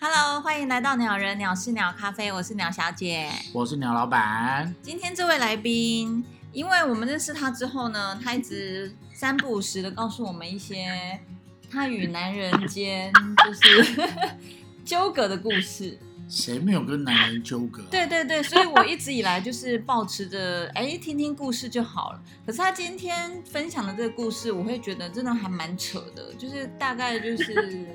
Hello，欢迎来到鸟人鸟事鸟咖啡，我是鸟小姐。我是鸟老板。今天这位来宾，因为我们认识他之后呢，他一直三不五时的告诉我们一些他与男人间就是 纠葛的故事。谁没有跟男人纠葛、啊？对对对，所以我一直以来就是保持着哎，听听故事就好了。可是他今天分享的这个故事，我会觉得真的还蛮扯的，就是大概就是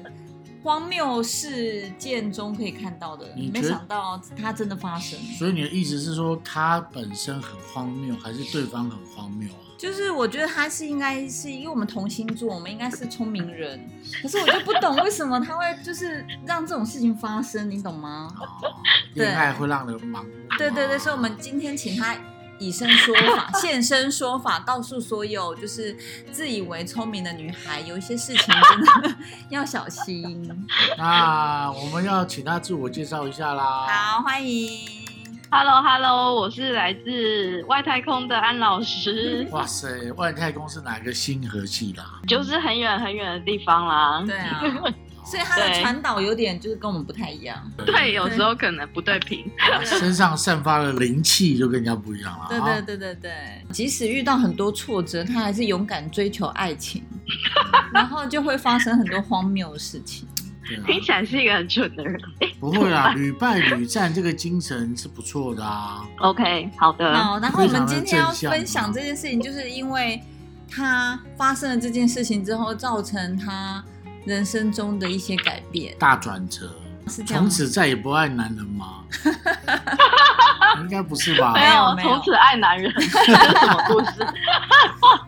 荒谬事件中可以看到的。你没觉得想到它真的发生，所以你的意思是说，他本身很荒谬，还是对方很荒谬啊？就是我觉得他是应该是因为我们同星座，我们应该是聪明人，可是我就不懂为什么他会就是让这种事情发生，你懂吗？哦 对恋爱会让人盲目啊。对对对，所以我们今天请他以身说法，现身说法，告诉所有就是自以为聪明的女孩，有一些事情真的要小心。那我们要请他自我介绍一下啦。，好，欢迎。 Hello Hello，我是来自外太空的安老师 哇塞，外太空是哪个星河系啦？就是很远很远的地方啦。对啊，所以他的对传导有点就是跟我们不太一样。对，有时候可能不对频。身上散发的灵气就跟人家不一样了。对对对对对，即使遇到很多挫折，他还是勇敢追求爱 情，然后就会发生很多荒谬的事情。对啊听起来是一个很蠢的人。不会啦，屡败屡战这个精神是不错的啊。 OK，好的，好，然后我非们常地今天要正向分享这件事情，就是因为他发生了这件事情之后，造成他人生中的一些改变，大转折，是这样从吗？此再也不爱男人 吗？应该不是吧？没有有，没有从此爱男人，这 是什么故事？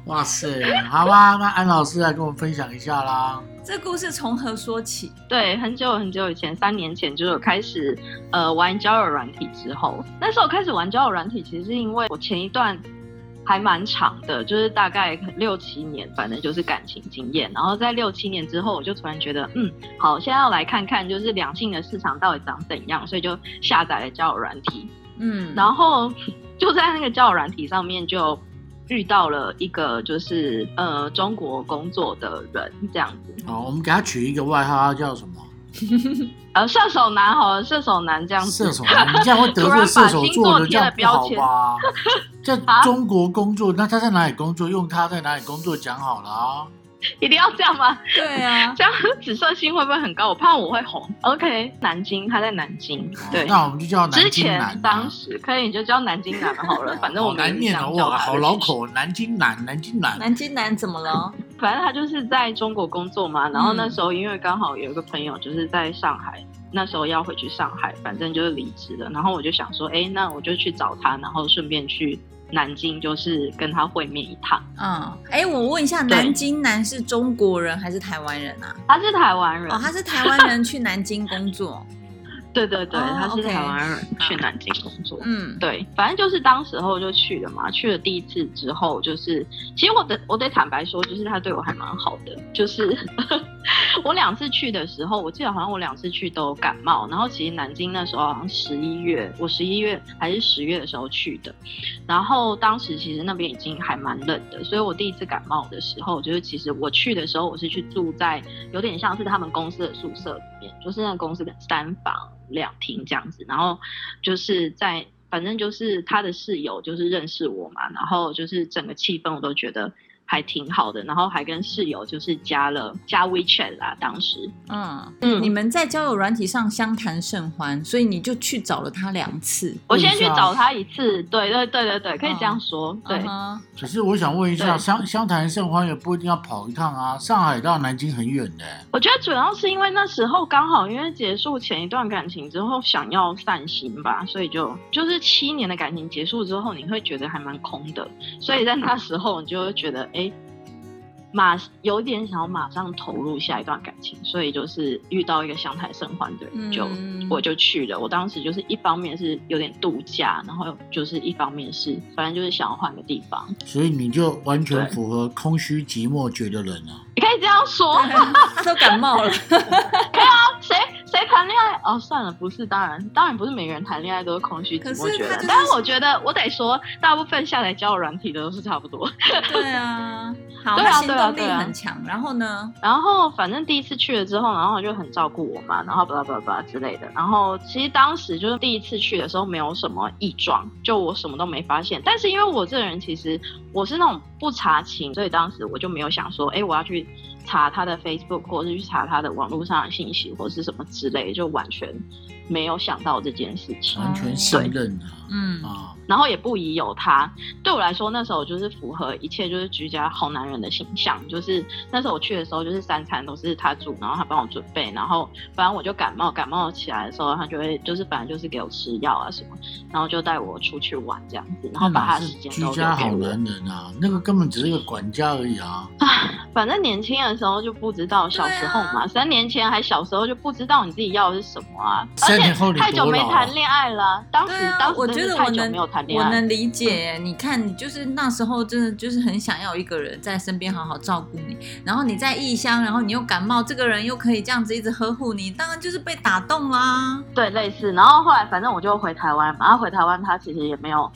哇塞，好吧，那安老师来跟我们分享一下啦。这故事从何说起？对，很久很久以前，三年前就有开始呃玩交友软体之后，那时候开始玩交友软体，其实是因为我前一段还蛮长的，就是大概六七年，反正就是感情经验。然后在六七年之后，我就突然觉得，嗯，好，现在要来看看就是两性的市场到底长怎样，所以就下载了交友软体。嗯，然后就在那个交友软体上面就遇到了一个就是呃中国工作的人这样子。好，我们给他取一个外号，他叫什么？呃，射手男好了，射手男这样子，射手男，你这样会得罪射手座的，这样不好 吧？在中国工作，那他在哪里工作？用他在哪里工作讲好了啊。一定要这样吗？对啊，这样 紫色星会不会很高？我怕我会红。OK，南京，他在南京，对。那我们就叫之哦南京前男啊当。时可以，你就叫南京男 好了，反正我好们难念哦，啊哇，好老。口，南京男，南京男。南京男怎么了？反正他就是在中国工作嘛，然后嗯那时候因为刚好有一个朋友就是在上海，那时候要回去上海，反正就是离职了。然后我就想说，哎，那我就去找他，然后顺便去南京，就是跟他会面一趟。嗯，哎，我问一下，对南京男是中国人还是台湾人啊？他是台湾人，哦，他是台湾人去南京工作。对对对，哦他是 OK 台湾人，去南京工作。嗯，对，反正就是当时候就去了嘛。去了第一次之后，就是其实我得我得坦白说，就是他对我还蛮好的。就是 我两次去的时候，我记得好像我两次去都有感冒。然后其实南京那时候好像十一月，我十一月还是十月的时候去的。然后当时其实那边已经还蛮冷的，所以我第一次感冒的时候，就是其实我去的时候，我是去住在有点像是他们公司的宿舍里面，就是那个公司的三房两厅这样子。然后就是在反正就是他的室友就是认识我嘛，然后就是整个气氛我都觉得还挺好的，然后还跟室友就是加了加 WeChat 啦，当时嗯，嗯你们在交友软体上相谈甚欢，所以你就去找了他两次。我先去找他一次，对对对对对，可以这样说，对。嗯哼可是我想问一下，对湘湘潭盛欢也不一定要跑一趟啊，上海到南京很远的、我觉得主要是因为那时候刚好因为结束前一段感情之后想要散心吧，所以就就是七年的感情结束之后，你会觉得还蛮空的，所以在那时候你就会觉得哎。诶马有点想要马上投入下一段感情，所以就是遇到一个相谈甚欢的人，就、嗯我就去了。我当时就是一方面是有点度假，然后就是一方面是反正就是想要换个地方，所以你就完全对符合空虚寂寞觉的人啊。你可以这样说。 都感冒了，谁谁谈恋爱？哦，算了，不是，当然，当然不是每个人谈恋爱都是空虚寂可寞是觉他得就是，但是我觉得我得说，大部分下载交友软体的都是差不多。对啊，好，对他啊行对啊动力对啊很强，然后呢，然后反正第一次去了之后，然后就很照顾我嘛，然后巴拉巴拉巴拉之类的。然后其实当时就是第一次去的时候没有什么异状，就我什么都没发现。但是因为我这个人其实我是那种不查情，所以当时我就没有想说，哎，我要去查他的 Facebook 或者是去查他的网络上的信息或是什么之类，就完全没有想到这件事情。完全信任啊嗯，啊！然后也不疑有他。对我来说，那时候就是符合一切就是居家好男人的形象。就是那时候我去的时候，就是三餐都是他煮，然后他帮我准备，然后反正我就感冒，感冒起来的时候，他就会就是反正就是给我吃药啊什么，然后就带我出去玩这样子，然后那把他哪的是时间居都留家好给我。男人啊？那个根本只是个管家而已啊！反正年轻的时候就不知道，小时候嘛，对啊三年前还小时候就不知道你自己要的是什么啊，而三年且后你太久多没老啊谈恋爱了啊，当时、对啊当，时我真觉的得太我久能没有谈恋我爱了。能理解。你看，你就是那时候真的就是很想要一个人在身边好好照顾你，然后你在异乡，然后你又感冒，这个人又可以这样子一直呵护你，当然就是被打动啦。对，类似。然后后来反正我就回台湾嘛，然后啊回台湾他其实也没有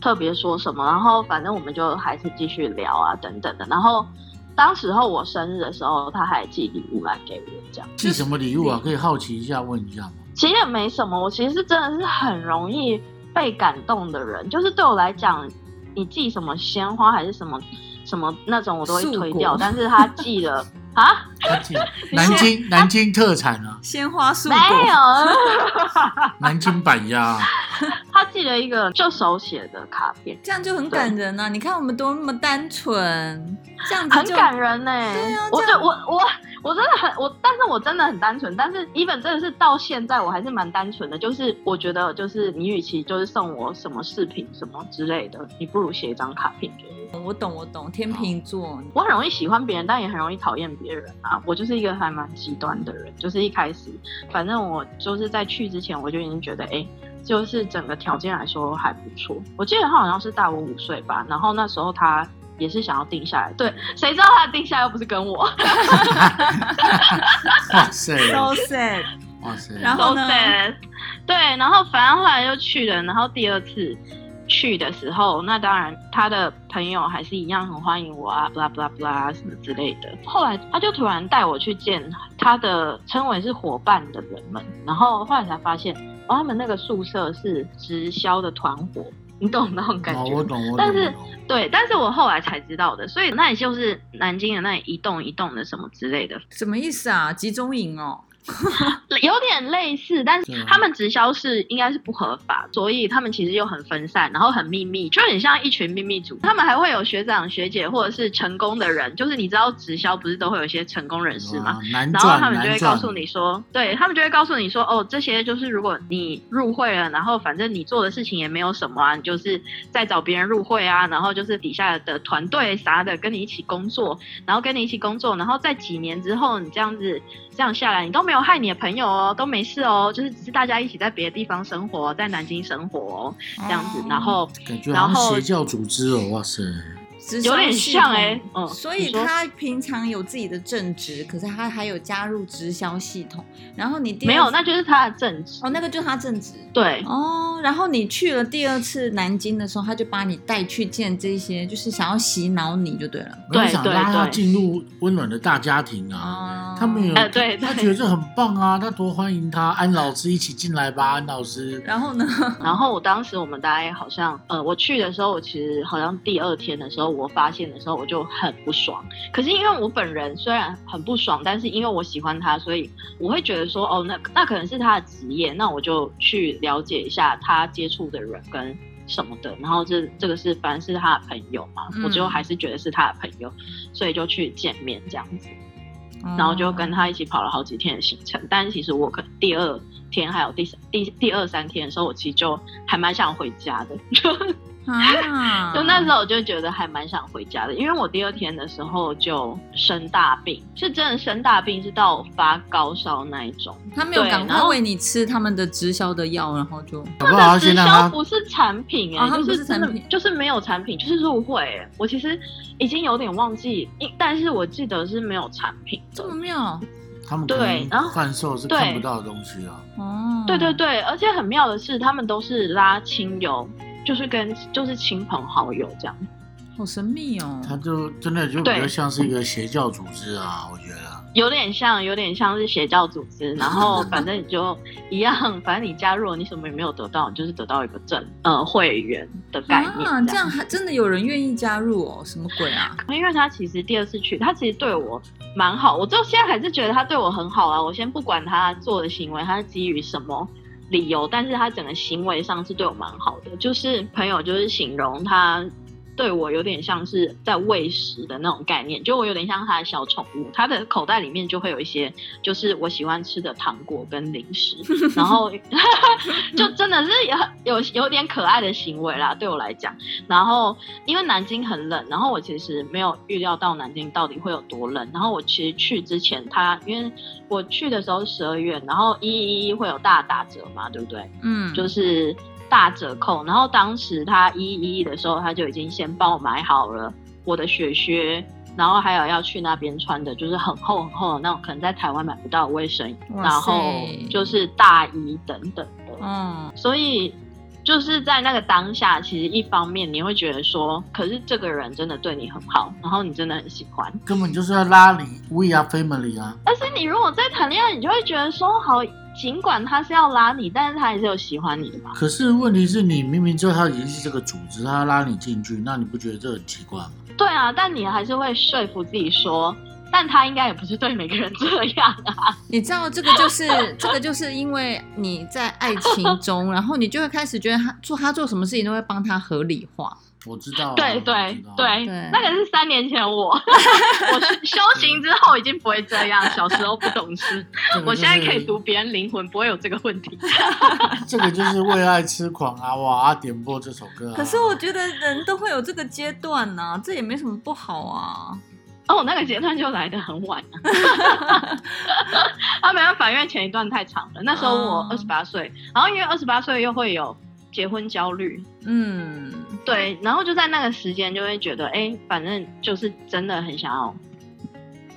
特别说什么，然后反正我们就还是继续聊啊等等的。然后当时候我生日的时候，他还寄礼物来给我，这样寄什么礼物啊？可以好奇一下问一下吗？其实也没什么。我其实真的是很容易被感动的人，就是对我来讲，你寄什么鲜花还是什么什么那种我都会素推果掉，但是他寄 了啊。他 寄南京南京特产啊，鲜花素没果，有，南京板鸭。他寄了一个就手写的卡片，这样就很感人啊！你看我们多么单纯，这样子 很就感人呢、对啊我这对样我我我真的很我，但是我真的很单纯，但是 even 真的是到现在我还是蛮单纯的，就是我觉得就是你与其就是送我什么饰品什么之类的，你不如写一张卡片给我。我懂，我懂，天秤座，我很容易喜欢别人，但也很容易讨厌别人啊。我就是一个还蛮极端的人，就是一开始，反正我就是在去之前我就已经觉得，哎、就是整个条件来说还不错。我记得他好像是大我五岁吧，然后那时候他也是想要定下来，对，谁知道他定下来又不是跟我。哇塞， so sad。哇塞！然后 so 呢 sad。对，然后反正后来又去了，然后第二次去的时候，那当然他的朋友还是一样很欢迎我啊，blah blah blah 什么之类的。后来他就突然带我去见他的称为是伙伴的人们，然后后来才发现，哦，他们那个宿舍是直销的团伙，你懂那种感哦，觉吗我？懂，我懂。但是我懂对，但是我后来才知道的，所以那里就是南京的那里一栋一栋的什么之类的，什么意思啊？集中营哦，有点类似，但对啊是他们直销是应该是不合法，所以他们其实又很分散，然后很秘密，就很像一群秘密组。他们还会有学长学姐或者是成功的人，就是你知道直销不是都会有一些成功人士吗？哇难然后赚，他们就难会赚告诉你说，对他们就会告诉你说，哦，这些就是如果你入会了，然后反正你做的事情也没有什么啊，你就是在找别人入会啊，然后就是底下的团队啥的跟你一起工作，然后跟你一起工作，然后在几年之后你这样子这样下来，你都没有害你的朋友哦，都没事哦，就是只是大家一起在别的地方生活，在南京生活哦，这样子，然后感觉然好像后邪教组织哦，哇塞！直销有点像哎系、统嗯，所你以说他平常有自己的正职，可是他还有加入直销系统。然后你第二没有，那就是他的政治，哦，那个就是他正职对，哦。然后你去了第二次南京的时候，他就把你带去见这些，就是想要洗脑你就对了。我对想对拉他对进入温暖的大家庭啊。哦，他们有，呃对他对觉得这很棒啊，他多欢迎他。安老师一起进来吧，安老 师。然后呢？然后我当时我们大概好像，呃，我去的时候，我其实好像第二天的时候，我发现的时候我就很不爽。可是因为我本人虽然很不爽，但是因为我喜欢他，所以我会觉得说，哦，那那可能是他的职业，那我就去了解一下他接触的人跟什么的。然后这这个是反正是他的朋友嘛，嗯我就还是觉得是他的朋友，所以就去见面这样子。哦然后就跟他一起跑了好几天的行程。但是其实我可能第二天还有第三第第二三天的时候，我其实就还蛮想回家的，就 啊就那时候我就觉得还蛮想回家的，因为我第二天的时候就生大病，是真的生大病，是到发高烧那一种。他没有对赶然快后喂你吃他们的直销的药，然后就搞不好要直啊先让销他不是产品哎、哦它就不是是真产的品就是没有产品，就是入会、欸。我其实已经有点忘记，因但是我记得是没有产品的这。么妙他们可对然后能贩售是对看不到的东西啊。哦。对对，对，而且很妙的是，他们都是拉亲友，就是跟就是亲朋好友这样。好神秘哦。他就真的就比较对像是一个邪教组织啊，我觉得。有点像，有点像是邪教组织，然后反正你就一样，反正你加入了，你什么也没有得到，你就是得到一个证，呃，会员的概念啊，这这样。样还真的有人愿意加入哦？什么鬼啊？因为他其实第二次去，他其实对我蛮好，我就现在还是觉得他对我很好啊。我先不管他做的行为，他是基于什么理由，但是他整个行为上是对我蛮好的。就是朋友就是形容他对我有点像是在喂食的那种概念，就我有点像他的小宠物，他的口袋里面就会有一些就是我喜欢吃的糖果跟零食，然后 就真的是有有有点可爱的行为啦，对我来讲。然后因为南京很冷，然后我其实没有预料到南京到底会有多冷。然后我其实去之前他，因为我去的时候十二月，然后一一一会有大打折嘛，对不对？嗯，就是大折扣。然后当时他一一一的时候，他就已经先帮我买好了我的雪靴，然后还有要去那边穿的，就是很厚很厚的那种，可能在台湾买不到的卫生衣，哇然后塞就是大衣等等的。嗯，所以就是在那个当下，其实一方面你会觉得说，可是这个人真的对你很好，然后你真的很喜欢。根本就是要拉你 We are family 啊！但是你如果在谈恋爱，你就会觉得说，好，尽管他是要拉你，但是他还是有喜欢你的嘛。可是问题是你明明知道他已经是这个组织，他拉你进去，那你不觉得这很奇怪吗？对啊，但你还是会说服自己说，但他应该也不是对每个人这样啊。你知道这个就是 这个就是因为你在爱情中，然后你就会开始觉得他做他做什么事情都会帮他合理化。我知道啊、对我对知道啊对对，那个是三年前我，我修行之后已经不会这样，小时候不懂 事，这个就是我现在可以读别人灵魂，不会有这个问题。 这个就是为爱痴狂啊！哇，啊点播这首歌、啊。 可是我觉得人都会有这个阶段呐、这也没什么不好啊。哦，那个阶段就来的很晚啊，啊，没办法，因为前一段太长了。那时候我哦二十八岁，然后因为二十八岁又会有结婚焦虑，嗯，对，然后就在那个时间就会觉得，哎、反正就是真的很想要，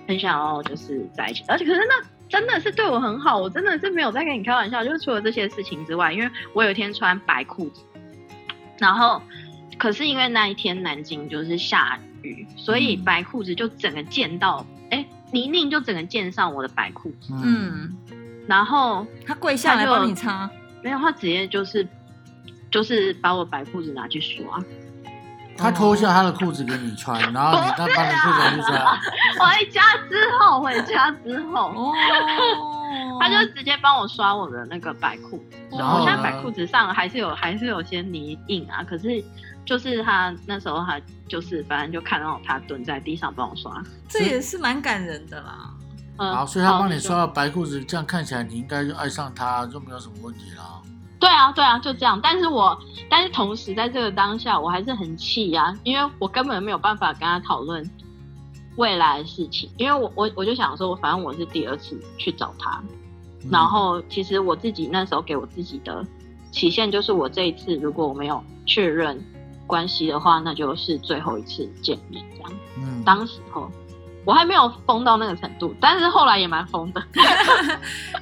很想要就是在一起，而且可是那真的是对我很好，我真的是没有在跟你开玩笑，就是除了这些事情之外，因为我有一天穿白裤子，然后可是因为那一天南京就是下雨，所以嗯白裤子就整个溅到，哎、泥泞就整个溅上我的白裤子，嗯，嗯，然后他跪下来他就帮你擦。没有，他直接就是就是把我白裤子拿去刷。他脱下他的裤子给你穿，然后你他把你裤子拿去哦穿。回家之后，回家之后，，哦他就直接帮我刷我的那个白裤子。然我后现呢在白裤子上还是有还是有些泥印啊，可是就是他那时候他就是反正就看到他蹲在地上帮我刷。这也是蛮感人的啦。嗯，好，所以他帮你就刷了白裤子，这样看起来你应该就爱上他，就没有什么问题了。对啊，对啊，就这样。但是我，但是同时在这个当下，我还是很气呀、因为我根本没有办法跟他讨论未来的事情，因为我我我就想说，反正我是第二次去找他，嗯然后其实我自己那时候给我自己的期限就是，我这一次如果我没有确认关系的话，那就是最后一次见面这样。嗯，当时候我还没有疯到那个程度，但是后来也蛮疯的。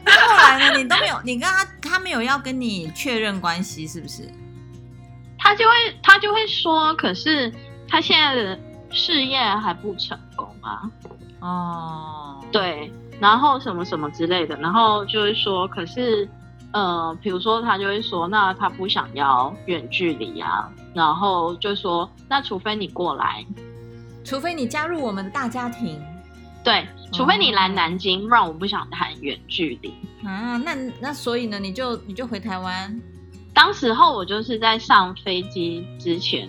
那后来呢？你都没有，你跟他他没有要跟你确认关系，是不是？他就会他就会说，可是他现在的事业还不成功啊，哦，，对，然后什么什么之类的，然后就会说，可是呃，比如说他就会说，那他不想要远距离啊，然后就说，那除非你过来，除非你加入我们的大家庭对，除非你来南京，不然我不想谈远距离。啊。那那所以呢，你就你就回台湾。当时候我就是在上飞机之前，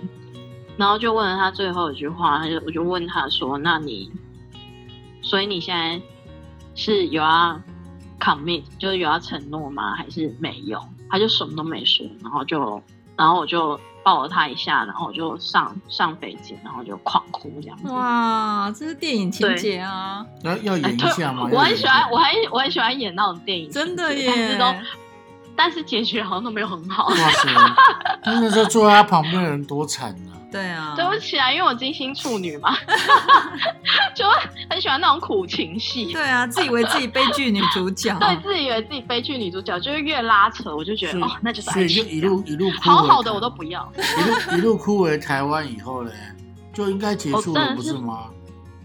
然后就问了他最后一句话，他就我就问他说：“那你，所以你现在是有要 commit，就是有要承诺吗？还是没有？”他就什么都没说，然后就，然后我就抱了他一下，然后我就上上飞机，然后就狂哭这样子。哇，这是电影情节啊！要要哎演一对下吗？ 我要演很一喜下欢，我很我很喜欢演那种电影，真的但是耶，都，但是结局好像都没有很好。哇塞，那时候坐在他旁边的人多惨啊！对啊，对不起啊，因为我金星处女 嘛，就会很喜欢那种苦情戏，对啊，自以为自己悲剧女主角， 对自己以为自己悲剧女主角，就是越拉扯，我就觉得所以哦，那就是所爱以就情一这样。路一路哭好回好的台我都不要，一路一路哭回台湾以后嘞，就应该结束哦真了，的不是是吗？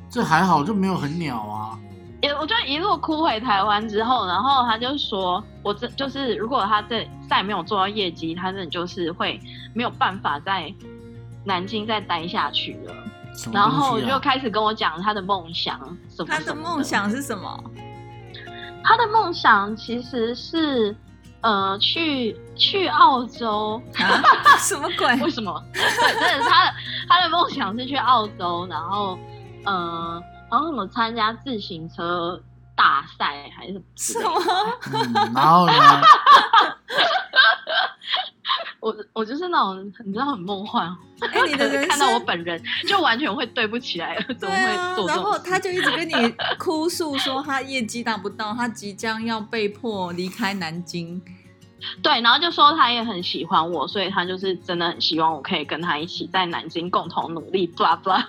这还好，就没有很鸟啊。也我就一路哭回台湾之后，然后他就说，我这就是如果他这再没有做到业绩，他真的就是会没有办法在南京再待下去了。什么然后东西啊就开始跟我讲他的梦想什么她什的么梦，想是什么？他的梦想其实是呃去去澳洲， 啊，什么鬼？为什么？ 对，真的是他的他的梦想是去澳洲，然后呃，然后什么参加自行车大赛还是什么？嗯，然后呢？我我就是那种你知道很梦幻，哎、 你的人看到我生。本人就完全会对不起来，怎对么会啊做，这然种后事？他就一直跟你哭 诉说他业绩达不到，他即将要被迫离开南京。对，然后就说他也很喜欢我，所以他就是真的很希望我可以跟他一起在南京共同努力，blah blah。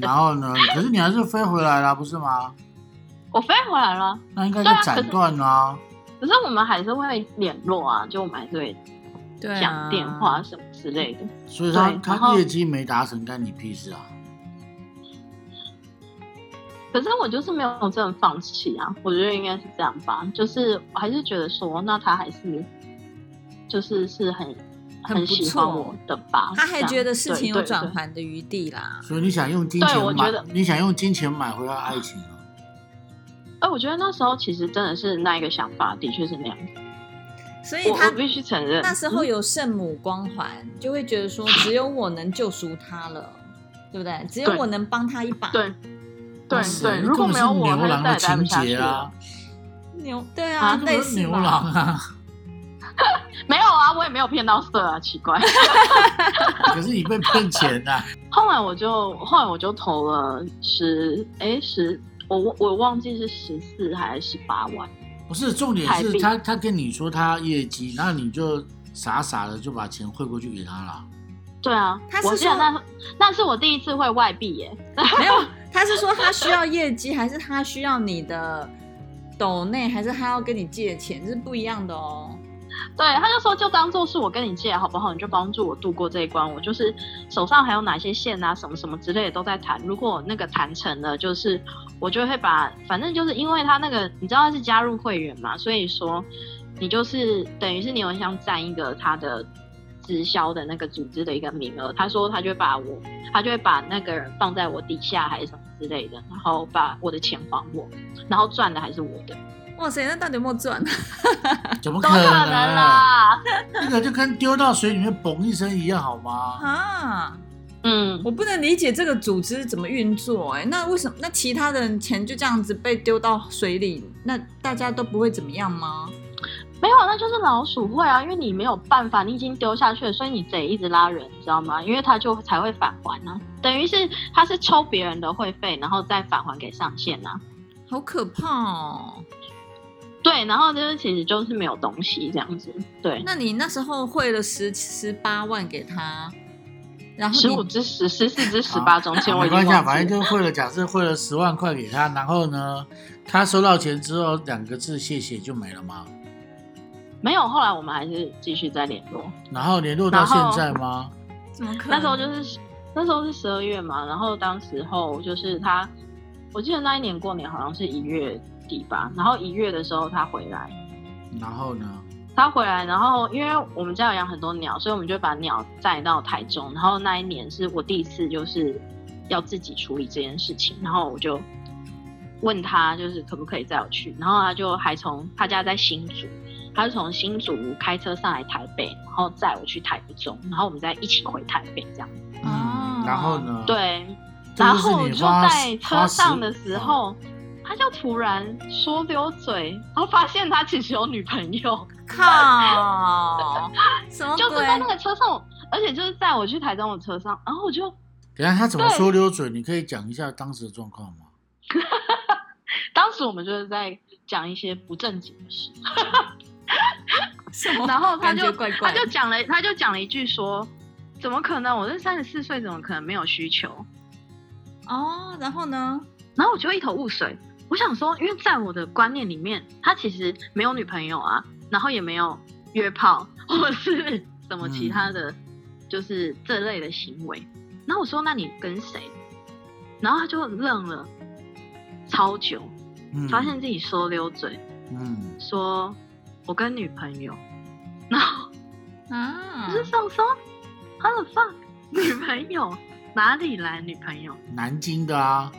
然后呢？可是你还是飞回来了，不是吗？我飞回来了，那应该对啊就斩断啦、可是我们还是会联络啊，就我们还是会对、啊，讲电话什么之类的。所以他对然他后业绩没达成，干你屁事啊！可是我就是没有真的放弃啊，我觉得应该是这样吧，就是我还是觉得说，那他还是就是是很很不喜欢错我的吧。他还这样觉得事情有对对转对圜的余地啦。所以你想用金对我钱觉买得，你想用金钱买回来爱情啊？哎、我觉得那时候其实真的是那一个想法，的确是那样。所以我哎他我必须承认，那时候嗯有圣母光环，就会觉得说只有我能救赎他了，对不对？只有对我能帮他一把。对对哇塞对，那如果根没本有是我，牛他郎就的再也待不情下节去了啊。， 牛对他啊，根类本是似牛吧。郎啊！没有啊，我也没有骗到色啊，奇怪。可是你被骗钱呐、后来我就后来我就投了十哎十，我忘我忘记是十四还是十八万。不是，重点台是币他他跟你说他业绩，那你就傻傻的就把钱汇过去给他了。对啊他，是我记得说那那是我第一次会外币耶，没有，他是说他需要业绩，还是他需要你的斗内，还是他要跟你借钱，这是不一样的哦。对，他就说就当做是我跟你借好不好？你就帮助我度过这一关。我就是手上还有哪些线啊，什么什么之类的都在谈。如果我那个谈成了，就是我就会把，反正就是因为他那个，你知道他是加入会员嘛，所以说你就是等于是你很想占一个他的直销的那个组织的一个名额。他说他就会把我，他就会把那个人放在我底下还是什么之类的，然后把我的钱还我，然后赚的还是我的，哇塞，那到底有没有赚？啊 怎么都可能？啊能啦。那个就跟丢到水里面嘣一声一样，好 吗？啊，嗯，我不能理解这个组织怎么运作哎、那为什么那其他的人钱就这样子被丢到水里，那大家都不会怎么样吗？没有，那就是老鼠会啊，因为你没有办法，你已经丢下去了，所以你得一直拉人，你知道吗？因为他就才会返还啊，等于是他是抽别人的会费，然后再返还给上线啊。好可怕哦！对，然后就是其实就是没有东西这样子。对，那你那时候汇了十十八万给他，然后十你五至十、十四至十八中间，我没已经关系啊，忘反记了。正就汇了，假设汇了十万块给他，然后呢，他收到钱之后两个字谢谢就没了吗？没有，后来我们还是继续再联络。然后联络到现在吗？怎么可能？那时候就是那时候是十二月嘛，然后当时候就是他，我记得那一年过年好像是一月底吧，然后一月的时候他回来。然后呢？他回来，然后因为我们家有养很多鸟，所以我们就把鸟带到台中。然后那一年是我第一次就是要自己处理这件事情，然后我就问他就是可不可以载我去，然后他就还从他家在新竹，他是从新竹开车上来台北，然后载我去台中，然后我们再一起回台北这样。啊嗯，然后呢？，哦对，这然就是后你就花在车花十上的时候，他就突然说溜嘴，然后发现他其实有女朋友。靠，什么 就鬼哦是？在那个车上，而且就是在我去台中的车上，然后我就等一下他怎么说溜嘴？你可以讲一下当时的状况吗？当时我们就是在讲一些不正经的事，什么然后他感就觉怪怪他的就讲了，他就讲了一句说：“怎么可能？我这三十四岁，怎么可能没有需求哦，然后呢？？”然后我就一头雾水。我想说，因为在我的观念里面，他其实没有女朋友啊，然后也没有约炮或是什么其他的，就是这类的行为。然后我说：“那你跟谁？”然后他就愣了超久，嗯，发现自己说溜嘴。嗯，说我跟女朋友，然后啊我就想说，他的放 女朋友哪里来女朋友？南京的啊，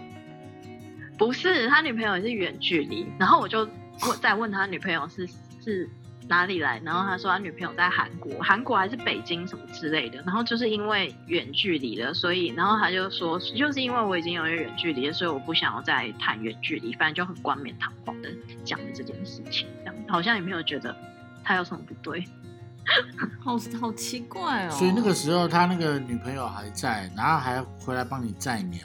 不是他女朋友也是远距离，然后我就我再问他女朋友是是哪里来，然后他说他女朋友在韩国，韩国还是北京什么之类的，然后就是因为远距离了，所以然后他就说，就是因为我已经有一个远距离了，所以我不想要再谈远距离，反正就很冠冕堂皇的讲了这件事情，这样好像也没有觉得他有什么不对。好好奇怪哦。所以那个时候他那个女朋友还在，然后还回来帮你载鸟。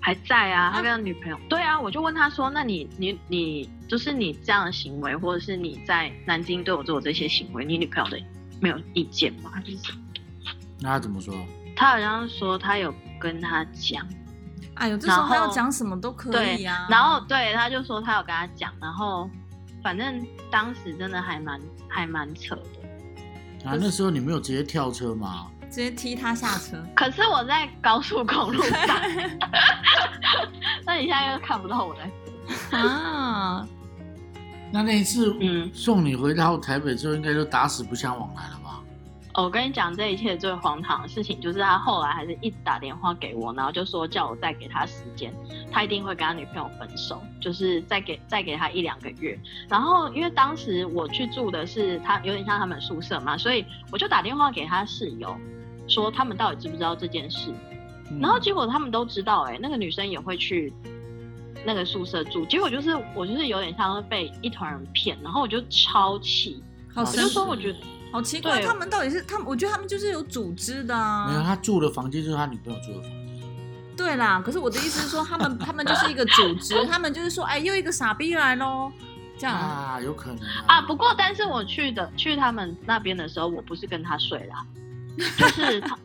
还在啊，他啊跟他女朋友。对啊，我就问他说：“那你你你，就是你这样的行为，或者是你在南京对我做这些行为，你女朋友的没有意见吗？”他就是那他怎么说？啊他好像说他有跟他讲，哎呦，这时候他然要后讲什么都可对以啊。然后对他就说他有跟他讲，然后反正当时真的还蛮还蛮扯的。啊，那时候你没有直接跳车吗？直接踢他下车。可是我在高速公路 上，那你现在又看不到我在。 啊，那那一次嗯，送你回到台北之后，应该就打死不相往来了吧？哦我跟你讲，这一切最荒唐的事情就是他后来还是一直打电话给我，然后就说叫我再给他时间，他一定会跟他女朋友分手，就是再给再给他一两个月。然后因为当时我去住的是他有点像他们宿舍嘛，所以我就打电话给他室友，说他们到底知不知道这件事。嗯然后结果他们都知道、欸，哎，那个女生也会去那个宿舍住。结果就是我就是有点像是被一团人骗，然后我就超气，好我我神就奇说，我觉得。好奇怪，对他们到底是他们？我觉得他们就是有组织的没有，啊。他住的房间就是他女朋友住的房间。对啦，可是我的意思是说，他们他们就是一个组织，他们就是说，哎，又一个傻逼来喽，这样。啊，有可能啊，不过但是我去的去他们那边的时候，我不是跟他睡啦， 就是他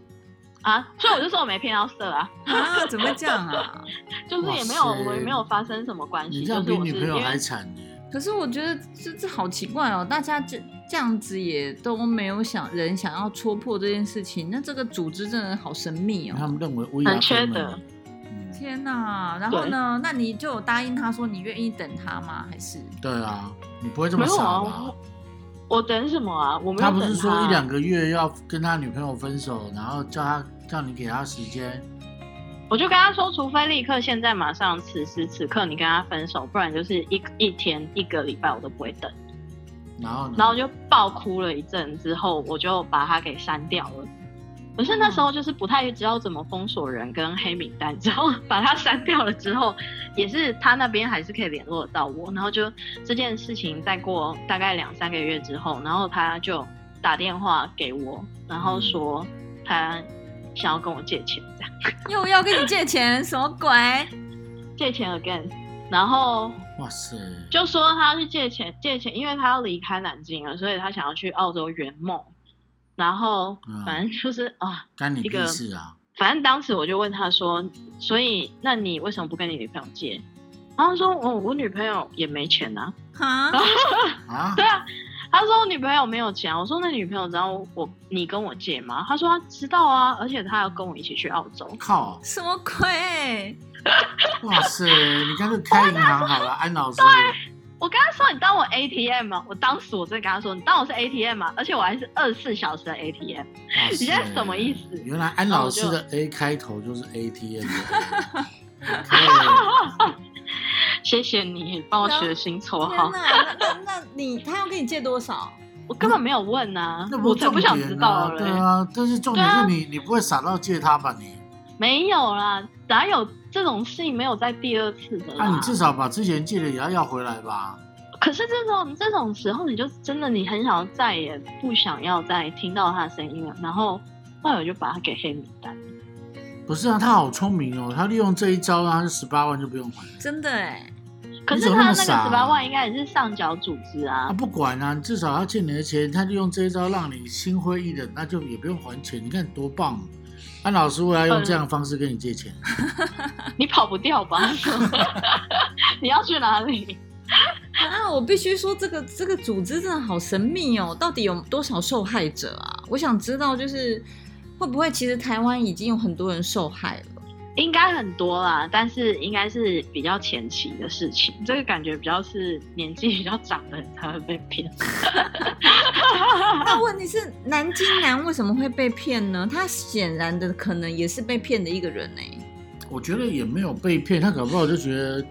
啊，所以我就说我没骗到色啊，啊，怎么会这样啊？就是也没有哇塞我们也没有发生什么关系，你这就样是比我女是朋因友还为惨呢。可是我觉得这这好奇怪哦，大家这这样子也都没有想人想要戳破这件事情，那这个组织真的好神秘他哦。们认为乌鸦很缺非门德嗯天哪，然后呢？那你就有答应他说你愿意等他吗？还是对啊，你不会这么没有傻啊，吧我？我等什么啊？我没有他不等是说啊一两个月要跟他女朋友分手，然后叫他叫你给他时间，我就跟他说，除非立刻现在马上此时此刻你跟他分手，不然就是一一天一个礼拜我都不会等。然后呢？然后就爆哭了一阵之后，我就把他给删掉了。可是那时候就是不太知道怎么封锁人跟黑名单， 之后把他删掉了之后，也是他那边还是可以联络得到我。然后就这件事情再过大概两三个月之后，然后他就打电话给我，然后说他想要跟我借钱，这样又要跟你借钱？什么鬼？借钱 again，然后哇塞，就说他去借钱，借钱，因为他要离开南京了，所以他想要去澳洲圆梦。然后嗯反正就是、啊，干你一屁个事啊！反正当时我就问他说，所以那你为什么不跟你女朋友借？然后他说，哦，我女朋友也没钱啊。 哈，啊对，啊，他说我女朋友没有钱啊。我说那女朋友知道我你跟我借吗？他说他知道啊，而且他要跟我一起去澳洲。靠，什么鬼？哇塞，你干脆开银行好了，安老师。我跟他说你当我 ATM 吗？啊我当时我真的跟他说你当我是 ATM 吗？啊而且我还是二十四小时的 ATM。哇你塞现在什么意思原来安然后老我师就的 A 开头就是 ATM 的 A。对谢谢你帮我取了新绰天号哪，。那那那你他要跟你借多少？我根本没有问啊，那不我是才重不想知点道欸啊，嘞、对啊，但是重点对啊是你，你不会傻到借他吧你？没有啦，哪有这种事情没有在第二次的啦？那啊你至少把之前借的也要要回来吧？可是这种这种时候，你就真的你很想要再也不想要再听到他的声音了，然后后来我就把它给黑名单。不是啊，他好聪明哦，他利用这一招，然后十八万就不用还了。真的哎，可是他那个十八万应该也是上缴组织他 啊，不管啊，至少他欠你的钱，他利用这一招让你心灰意冷，那就也不用还钱。你看多棒！安老师为了嗯用这样的方式跟你借钱，你跑不掉吧？ 你要去哪里？啊，我必须说这个这个组织真的好神秘哦，到底有多少受害者啊？我想知道，就是会不会其实台湾已经有很多人受害了？应该很多啦，但是应该是比较前期的事情。这个感觉比较是年纪比较长的人才会被骗。那问题是，南京男为什么会被骗呢？他显然的可能也是被骗的一个人欸呢、我觉得也没有被骗，他搞不好就觉得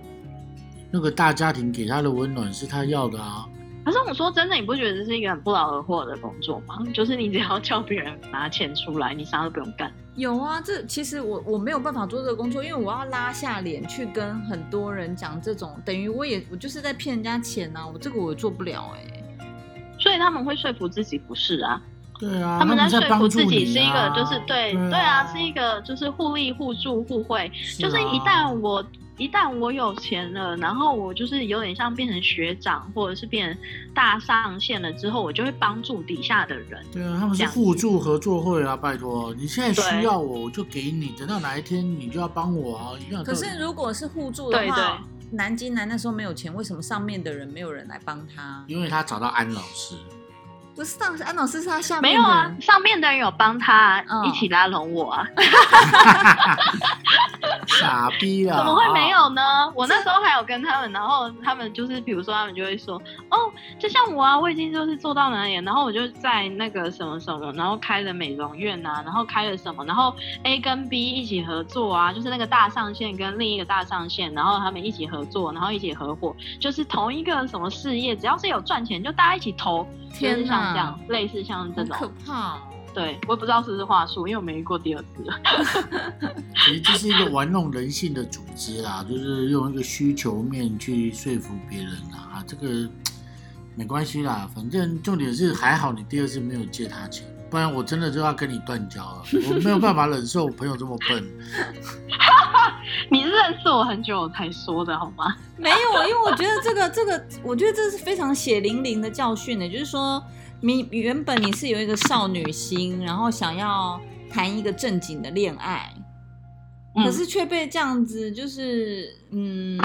那个大家庭给他的温暖是他要的啊。可是我说真的，你不觉得这是一个很不劳而获的工作吗？就是你只要叫别人拿钱出来，你啥都不用干。有啊，这其实我我没有办法做这个工作，因为我要拉下脸去跟很多人讲这种，等于我也我就是在骗人家钱啊呐、我这个我也做不了哎、所以他们会说服自己不是啊，对啊，他们那在你在说帮服助自己你是一个啊就是对对啊，是一个就是互利互助互惠，是就是一啊旦我。一旦我有钱了，然后我就是有点像变成学长，或者是变成大上线了之后，我就会帮助底下的人。对啊，他们这是样互助合作会啊，拜托，你现在需对要我，我就给你，等到哪一天你就要帮我啊，一样。可是如果是互助的话，对对南京男那时候没有钱，为什么上面的人没有人来帮他？因为他找到安老 师，不是上安老师是他下没面有的人啊，上面的人有帮他、嗯一起拉拢我啊，傻逼啊啊了，怎么会没？有哦呢？我那时候还有跟他们，然后他们就是，比如说他们就会说，哦，就像我啊，我已经就是做到哪里了，然后我就在那个什么什么，然后开了美容院啊，然后开了什么，然后 A 跟 B 一起合作啊，就是那个大上线跟另一个大上线，然后他们一起合作，然后一起合伙，就是同一个什么事业，只要是有赚钱，就大家一起投，就天是像这哪样，，类似像这好可种，怕哦、对我也不知道是不是话术，因为我没遇过第二次了。 其实这是一个玩弄人性的组织啦，就是用一个需求面去说服别人啦，啊，这个没关系啦，反正重点是还好你第二次没有借他钱，不然我真的就要跟你断交了，我没有办法忍受我朋友这么笨。你认识我很久我才说的好吗？ 没有，啊因为我觉得这个这个，我觉得这是非常血淋淋的教训的，就是说，你原本你是有一个少女心，然后想要谈一个正经的恋爱，嗯可是却被这样子，就是嗯，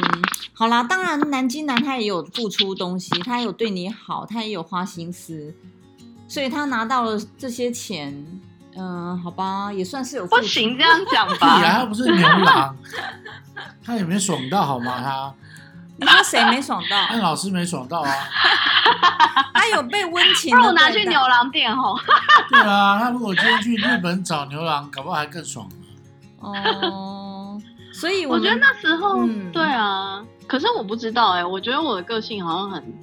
好啦，当然南京男他也有付出东西，他有对你好，他也有花心思，所以他拿到了这些钱，嗯、好吧，也算是有付不出行，这样讲屁 啊，吧。他不是牛郎，他也没爽到好吗？他你说谁没爽到？ 安老师没爽到啊，他有被温情不的如拿去对待牛郎店吼，对啊，他如果今天去日本找牛郎，搞不好还更爽。哦，所以我们觉得那时候、嗯对啊，可是我不知道哎、我觉得我的个性好像很，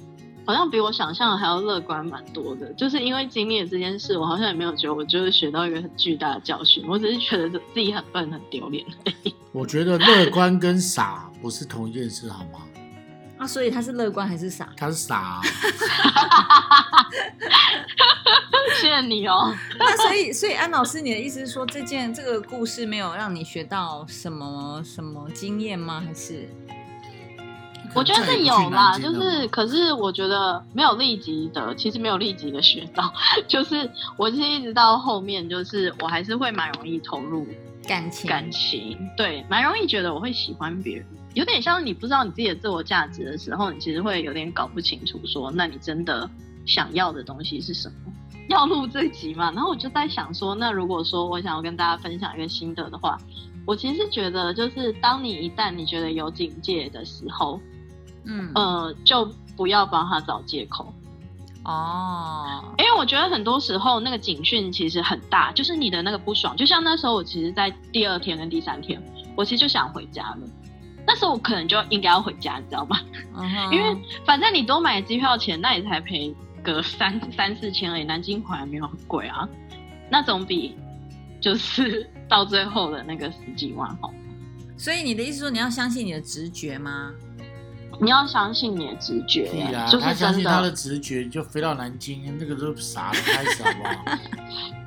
好像比我想象的还要乐观蛮多的。就是因为经历了这件事，我好像也没有觉得我就是学到一个很巨大的教训，我只是觉得自己很笨很丢脸。 我觉得乐观跟傻不是同一件事，好吗？啊，所以他是乐观还是 傻？他是傻啊、谢谢你哦，那所以，所以安老师，你的意思是说，这件这个故事没有让你学到什么什么经验吗？还是我觉得是有啦，可就能再也不去南京了是可是我觉得没有立即的，其实没有立即的学到， 就是我其实一直到后面，就是我还是会蛮容易投入感情？感情，对，蛮容易觉得我会喜欢别人，有点像你不知道你自己的自我价值的时候，你其实会有点搞不清楚说，那你真的想要的东西是什么。要录这集嘛，然后我就在想说，那如果说我想要跟大家分享一个心得的话，我其实觉得就是当你一旦你觉得有警戒的时候，嗯呃，就不要帮他找借口。哦，因为我觉得很多时候那个警讯其实很大，就是你的那个不爽。就像那时候，我其实，在第二天跟第三天，我其实就想回家了。那时候我可能就应该要回家，你知道吗？ 嗯哼因为反正你多买机票钱，那也才赔个三三四千而已，南京回来没有很贵啊。那总比就是到最后的那个十几万好。所以你的意思说，你要相信你的直觉吗？你要相信你的直觉屁，啦！就啊他是相真信他的直觉，就飞到南京，那个都傻了，开始好不 好？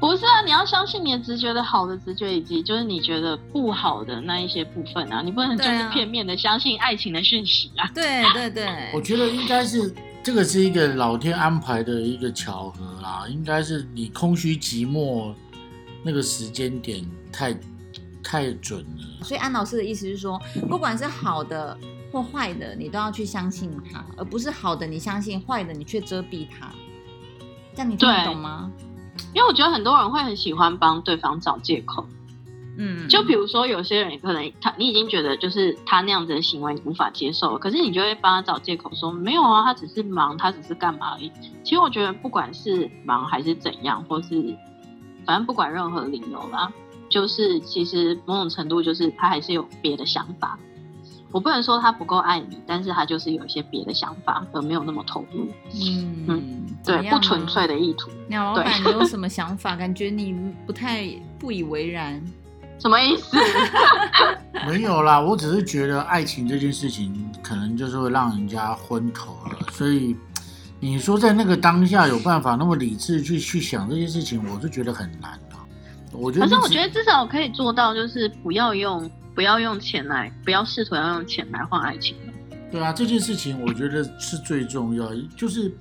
不是啊，你要相信你的直觉的好的直觉，以及就是你觉得不好的那一些部分啊，你不能就对是啊片面的相信爱情的讯息啊。对对对，我觉得应该是这个是一个老天安排的一个巧合啦，应该是你空虚寂寞那个时间点太太准了。所以安老师的意思是说，不管是好的或坏的，你都要去相信它，而不是好的你相信，坏的你却遮蔽它。这样你听得对懂吗？因为我觉得很多人会很喜欢帮对方找借口，嗯，就比如说有些人可能他你已经觉得就是他那样子的行为你无法接受了，可是你就会帮他找借口说没有啊，他只是忙，他只是干嘛而已。其实我觉得不管是忙还是怎样，或是反正不管任何理由啦，就是其实某种程度就是他还是有别的想法。我不能说他不够爱你，但是他就是有一些别的想法，而没有那么投入，嗯嗯，怎么对，样啊不呢纯粹。的意图。鸟老板，你有什么想法？感觉你不太不以为然。什么意思？没有啦，我只是觉得爱情这件事情可能就是会让人家昏头了，所以你说在那个当下有办法那么理智去去想这些事情，我是觉得很难啦。我觉得可是你我只觉得至少我可以做到，就是不要用不要用钱来，不要试图要用钱来换爱情。对啊，这件事情我觉得是最重要的，就是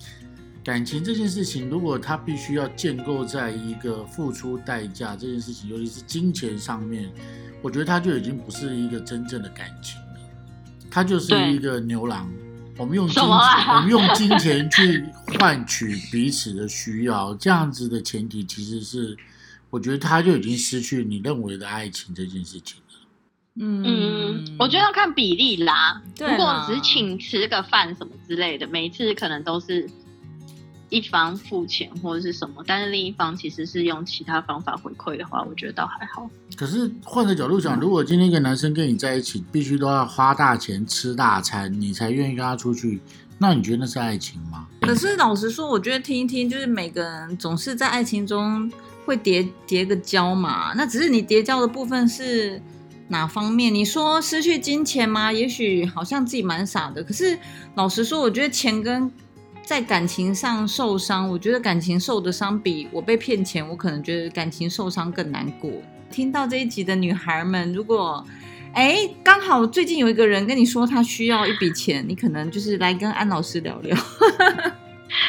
感情这件事情，如果它必须要建构在一个付出代价这件事情，尤其是金钱上面，我觉得它就已经不是一个真正的感情了，它就是对一个牛郎。我们用金，什么啊 我们用金钱去换取彼此的需要，这样子的前提其实是，我觉得它就已经失去你认为的爱情这件事情了。嗯嗯，我觉得要看比例啦。对如果啦只请吃个饭什么之类的，每一次可能都是一方付钱或者是什么，但是另一方其实是用其他方法回馈的话，我觉得倒还好。可是换个角度想，如果今天一个男生跟你在一起，必须都要花大钱吃大餐，你才愿意跟他出去，那你觉得那是爱情吗？可是老实说，我觉得听一听，就是每个人总是在爱情中会叠叠个跤嘛。那只是你叠跤的部分是哪方面？你说失去金钱吗？也许好像自己蛮傻的。可是老实说，我觉得钱跟在感情上受伤，我觉得感情受的伤比我被骗钱，我可能觉得感情受伤更难过。听到这一集的女孩们，如果哎刚好最近有一个人跟你说他需要一笔钱，你可能就是来跟安老师聊聊。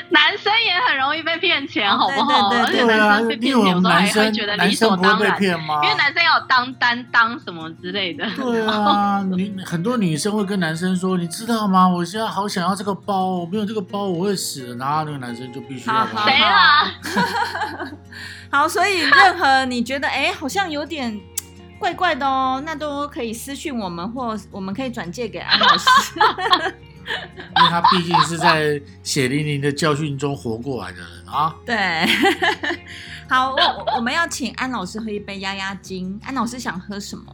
男生也很容易被骗钱，哦好不好？对对对而且男啊，生被因为骗我钱，们我都还男会生觉得理男所生不会当被然，骗吗？因为男生有当担当什么 之类的。对 啊，你很多女生会跟男生说，你知道吗？我现在好想要这个包，我没有这个包我会死的。然后那个男生就必须要好好把谁啊啦？好，所以任何你觉得哎、诶好像有点怪怪的哦，那都可以私讯我们，或我们可以转借给安老师。 因为他毕竟是在血淋淋的教训中活过来的人啊。对， 好，我我我们要请安老师喝一杯压压惊。安老师想喝什么？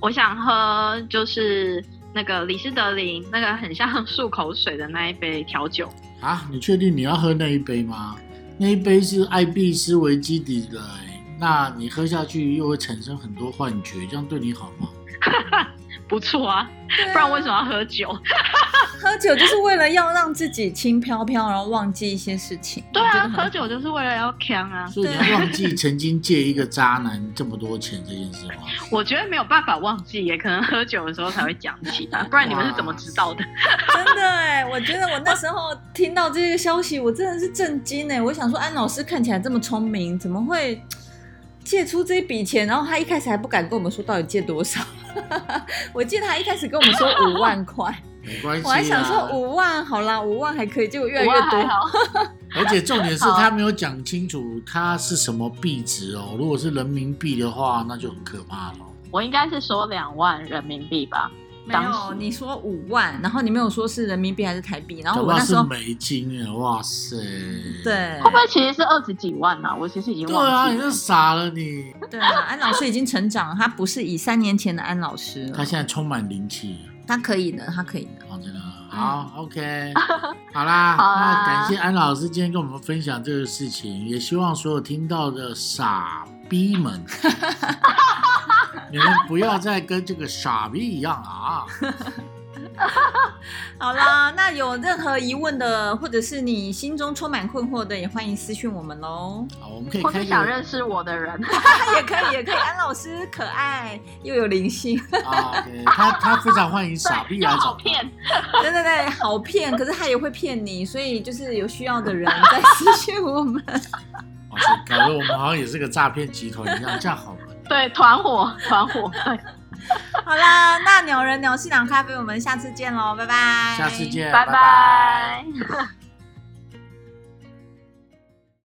我想喝就是那个李斯德林那个很像漱口水的那一杯调酒，啊，你确定你要喝那一杯吗？那一杯是艾必斯为基底的、欸，那你喝下去又会产生很多幻觉，这样对你好吗？不错啊，不然为什么要喝酒？喝酒就是为了要让自己轻飘飘，然后忘记一些事情。对啊，我觉得很喝酒就是为了要呛啊，所以你要忘记曾经借一个渣男这么多钱这件事吗？啊我觉得没有办法忘记耶，可能喝酒的时候才会讲 起啊，不然你们是怎么知道的？真的哎、我觉得我那时候听到这个消息，我真的是震惊哎、我想说，安老师看起来这么聪明，怎么会借出这笔钱？然后他一开始还不敢跟我们说到底借多少， 我记得他一开始跟我们说五万块，没关系啊我啦，还想说五万好啦，五万还可以，结果越来我越还多。好，而且重点是好他没有讲清楚他是什么币值哦。如果是人民币的话，那就很可怕了。我应该是说两万人民币吧，没当有，时你说五万，然后你没有说是人民币还是台币，然后搞不我好那时是候美金哎，哇塞！对会不会其实是二十几万啊？我其实已经对忘啊，记你了。是傻了你。对啊，安老师已经成长了，他不是以三年前的安老师了他，现在充满灵气。他可以的，他可以的。好，真的好、o k 好啦，好啊那感谢安老师今天跟我们分享这个事情，也希望所有听到的傻逼们，你们不要再跟这个傻逼一样了啊！好啦，那有任何疑问的，或者是你心中充满困惑的，也欢迎私讯我们 喽。好，我们可以或开是一想个认识我的人，也可以，也可以。安老师可爱又有灵 性，啊，对他他非常欢迎傻逼又啊 来好找他骗。对对对，好骗，可是他也会骗你，所以就是有需要的人再私讯我 们。哇塞，搞得我们好像也是个诈骗集团一样，这样好吗？对，团伙，团 伙，对，好啦，那鸟人鸟是鸟咖啡，我们下次见喽，拜拜，下次见，拜拜拜。